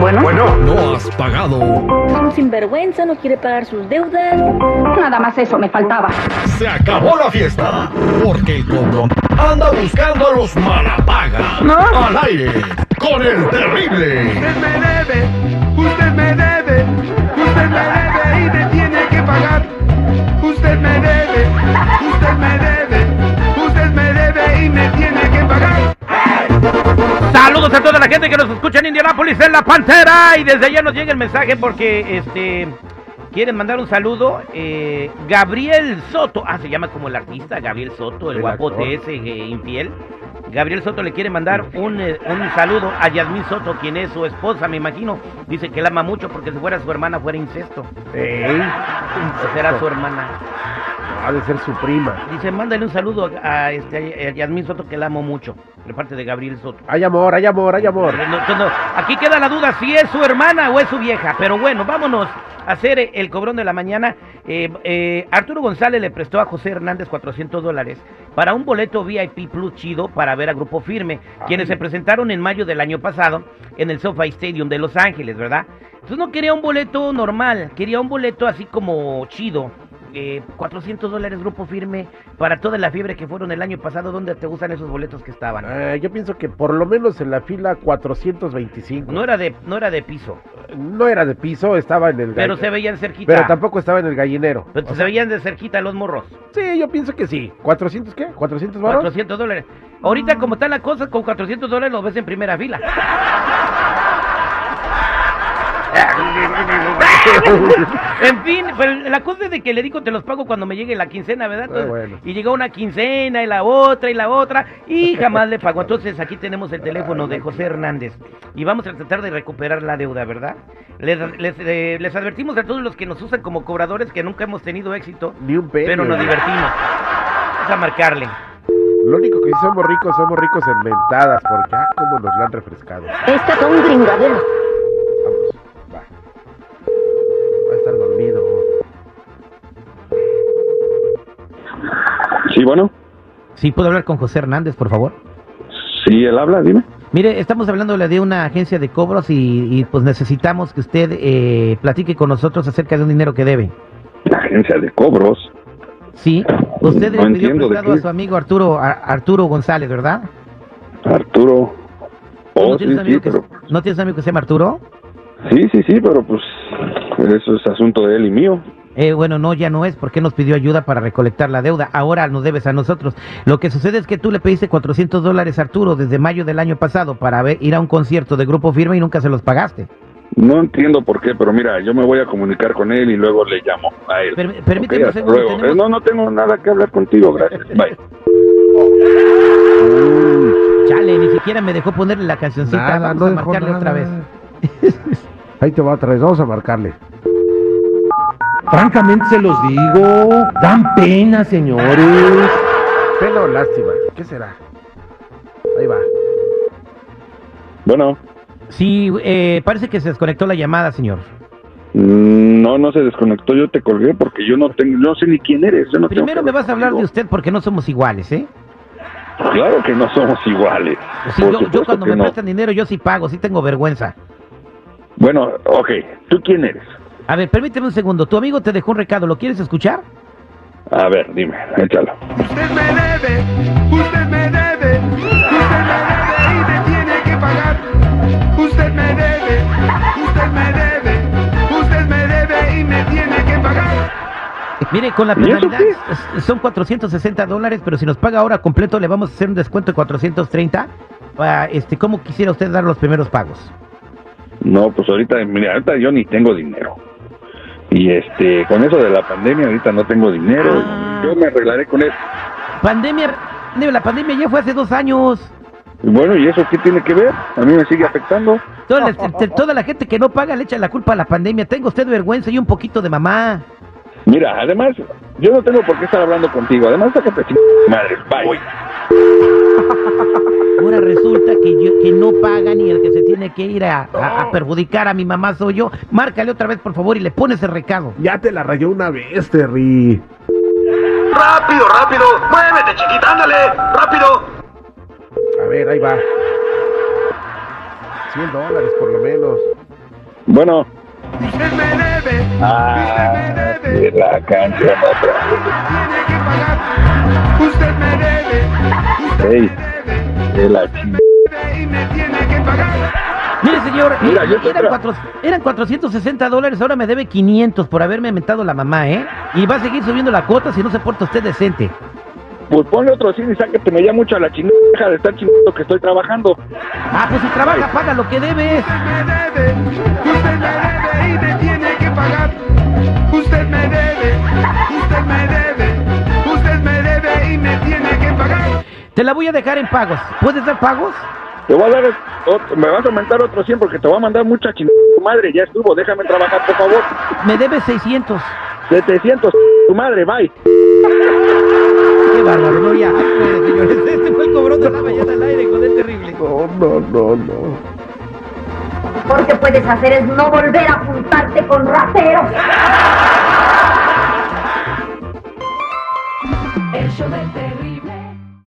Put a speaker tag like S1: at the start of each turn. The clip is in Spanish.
S1: bueno?
S2: Bueno, no has pagado.
S3: Es un sinvergüenza, no quiere pagar sus deudas.
S1: Nada más eso me faltaba.
S2: Se acabó la fiesta. Porque el cobrón anda buscando a los malapagas.
S1: ¿No?
S2: Al aire. Con el terrible.
S4: Usted me debe, usted me debe, usted me debe y me tiene que pagar. Usted me debe, usted me debe, usted me debe y me tiene que pagar.
S5: Saludos a toda la gente que nos escucha en Indianápolis, en La Pantera. Y desde allá nos llega el mensaje porque este quieren mandar un saludo. eh, Gabriel Soto, ah, se llama como el artista, Gabriel Soto, el,
S6: El actor.
S5: guapote ese eh, infiel. Gabriel Soto le quiere mandar un, eh, un saludo a Yasmín Soto, quien es su esposa, me imagino. Dice que la ama mucho porque si fuera su hermana fuera incesto.
S6: Ey,
S5: Será su hermana.
S6: ha de ser su prima.
S5: Dice, mándale un saludo a, a este, a Yasmín Soto que la amo mucho, de parte de Gabriel Soto.
S6: Hay amor, hay amor, hay amor.
S5: No, no, no. Aquí queda la duda si es su hermana o es su vieja. Pero bueno, vámonos a hacer eh, el cobrón de la mañana. Eh, eh, Arturo González le prestó a José Hernández 400 dólares para un boleto VIP Plus chido para ver a Grupo Firme, quienes se presentaron en mayo del año pasado en el SoFi Stadium de Los Ángeles, ¿verdad? Entonces no quería un boleto normal, quería un boleto así como chido. Eh, 400 dólares Grupo Firme para toda la fiebre que fueron el año pasado. ¿Dónde te gustan esos boletos que estaban?
S6: Eh, yo pienso que por lo menos en la fila 425.
S5: No era de, no era de piso.
S6: No era de piso, estaba en el
S5: Pero
S6: gallinero.
S5: se veían cerquita.
S6: Pero tampoco estaba en el gallinero.
S5: Pero se veían de cerquita los morros.
S6: Sí, yo pienso que sí. ¿400 qué? ¿400 varos?
S5: 400 dólares. Ahorita, como están las cosas, con 400 dólares los ves en primera fila. En fin, pero la cosa es de que le digo, te los pago cuando me llegue la quincena, ¿verdad?
S6: Ah,
S5: Entonces,
S6: bueno.
S5: Y llegó una quincena y la otra y la otra y jamás le pagó. Entonces aquí tenemos el teléfono de José Hernández y vamos a tratar de recuperar la deuda, ¿verdad? Les, les, eh, les advertimos a todos los que nos usan como cobradores que nunca hemos tenido éxito,
S6: Ni un peso.
S5: pero nos divertimos. Vamos a marcarle.
S6: Lo único que sí somos ricos, somos ricos en mentadas, porque ah, cómo nos la han refrescado.
S1: Estas son gringaderas.
S6: Vamos, va. Va a estar dormido.
S7: Sí, bueno.
S5: Sí, puedo hablar con José Hernández, por favor.
S7: Sí, él habla, dime.
S5: Mire, estamos hablándole de una agencia de cobros y, y, pues necesitamos que usted eh, platique con nosotros acerca de un dinero que debe.
S7: La agencia de cobros.
S5: Sí, usted le
S7: No
S5: pidió
S7: entiendo de
S5: prestado
S7: qué.
S5: a su amigo Arturo a- Arturo González, ¿verdad?
S7: Arturo. Oh,
S5: ¿No
S7: sí,
S5: tienes,
S7: sí,
S5: amigo que,
S7: pero,
S5: ¿No tienes amigo que se llama Arturo?
S7: sí, sí, sí, pero pues eso es asunto de él y mío.
S5: Eh, bueno, no, ya no es, porque nos pidió ayuda para recolectar la deuda. Ahora nos debes a nosotros. Lo que sucede es que tú le pediste 400 dólares a Arturo desde mayo del año pasado para ver- ir a un concierto de grupo firme y nunca se los pagaste.
S7: No entiendo por qué, pero mira, yo me voy a comunicar con él y luego le llamo a él.
S5: Per- permíteme
S7: Ok,
S5: un
S7: hasta
S5: segundo,
S7: luego.
S5: tenemos-
S7: Eh, No, no tengo nada que hablar contigo, gracias. Bye.
S5: Chale, ni siquiera me dejó ponerle la cancioncita.
S6: Nada,
S5: Vamos
S6: no
S5: a
S6: dejó
S5: marcarle
S6: nada.
S5: otra vez.
S6: Ahí te va otra vez, vamos a marcarle.
S8: Francamente se los digo, dan pena, señores.
S6: Pena o lástima, ¿qué será? Ahí va.
S7: Bueno,
S5: Sí, eh, parece que se desconectó la llamada, señor.
S7: mm, no, no se desconectó, yo te colgué porque yo no tengo, yo no sé ni quién eres. yo no tengo que
S5: Primero me vas a hablar de
S7: contigo.
S5: usted porque no somos iguales, ¿eh?
S7: Claro que no somos iguales.
S5: Sí,
S7: por
S5: yo, yo
S7: supuesto
S5: cuando
S7: que
S5: me
S7: no.
S5: prestan dinero yo sí pago, sí tengo vergüenza.
S7: Bueno, ok, ¿tú quién eres?
S5: A ver, permíteme un segundo. Tu amigo te dejó un recado, ¿lo quieres escuchar?
S7: A ver, dime, échalo.
S4: Usted me debe, usted me debe, usted me debe y me tiene que pagar. Usted me debe, usted me debe, usted me debe y me tiene que pagar.
S5: Eh, Mire, con la
S7: ¿Y eso
S5: penalidad s- son 460 dólares, pero si nos paga ahora completo le vamos a hacer un descuento de 430. Ah, este, ¿Cómo quisiera usted dar los primeros pagos?
S7: No, pues ahorita, mira, ahorita yo ni tengo dinero. Y este, con eso de la pandemia, ahorita no tengo dinero.
S5: Ah.
S7: Yo me arreglaré con eso.
S5: Pandemia, la pandemia ya fue hace dos años.
S7: Y Bueno, ¿y eso qué tiene que ver? A mí me sigue afectando.
S5: Toda la, te- toda la gente que no paga le echa la culpa a la pandemia. Tengo usted vergüenza y un poquito de mamá.
S7: Mira, además, yo no tengo por qué estar hablando contigo. Además, sácate ch- madre, bye.
S5: Ahora resulta que yo que no pagan y el que se tiene que ir a, a- a perjudicar a mi mamá soy yo. Márcale otra vez, por favor, y le pones el recado.
S6: Ya te la rayó una vez, Terry.
S4: Rápido, rápido, muévete chiquita, ándale, rápido.
S6: A ver, ahí va. 100 dólares por lo menos.
S7: Bueno,
S4: Usted me debe, usted
S7: ah,
S4: me
S7: de
S4: debe,
S7: la canción otra.
S4: tiene que pagar. Usted me debe, usted
S7: Ey.
S4: me debe,
S7: pues, De la chingada.
S4: debe y me tiene que pagar.
S5: Mire, señor,
S7: Mira,
S5: eh,
S7: yo te
S5: eran,
S7: creo.
S5: cuatro- eran 460 dólares, ahora me debe 500 por haberme mentado la mamá, ¿eh? Y va a seguir subiendo la cuota si no se porta usted decente.
S7: Pues ponle otro cine y sáquete me ya mucho a la chingada. Deja de estar chingando que estoy trabajando.
S5: Ah, pues si trabaja, paga lo que debes.
S4: Usted me debe, usted me debe y me tiene que pagar. Usted me debe, usted me debe, usted me debe y me tiene que pagar.
S5: Te la voy a dejar en pagos. ¿Puedes dar pagos?
S7: Te voy a dar otro- me vas a aumentar otro 100 porque te va a mandar mucha chingada. Tu madre ya estuvo, déjame trabajar, por favor.
S5: Me debes 600.
S7: 700, tu madre, bye.
S5: Qué bárbaro, no ya. Ay, bueno, señores, este fue el cobrón de la mañana al aire con el terrible.
S6: No, no, no, no.
S1: Lo que puedes hacer es no volver a juntarte con rateros. El show del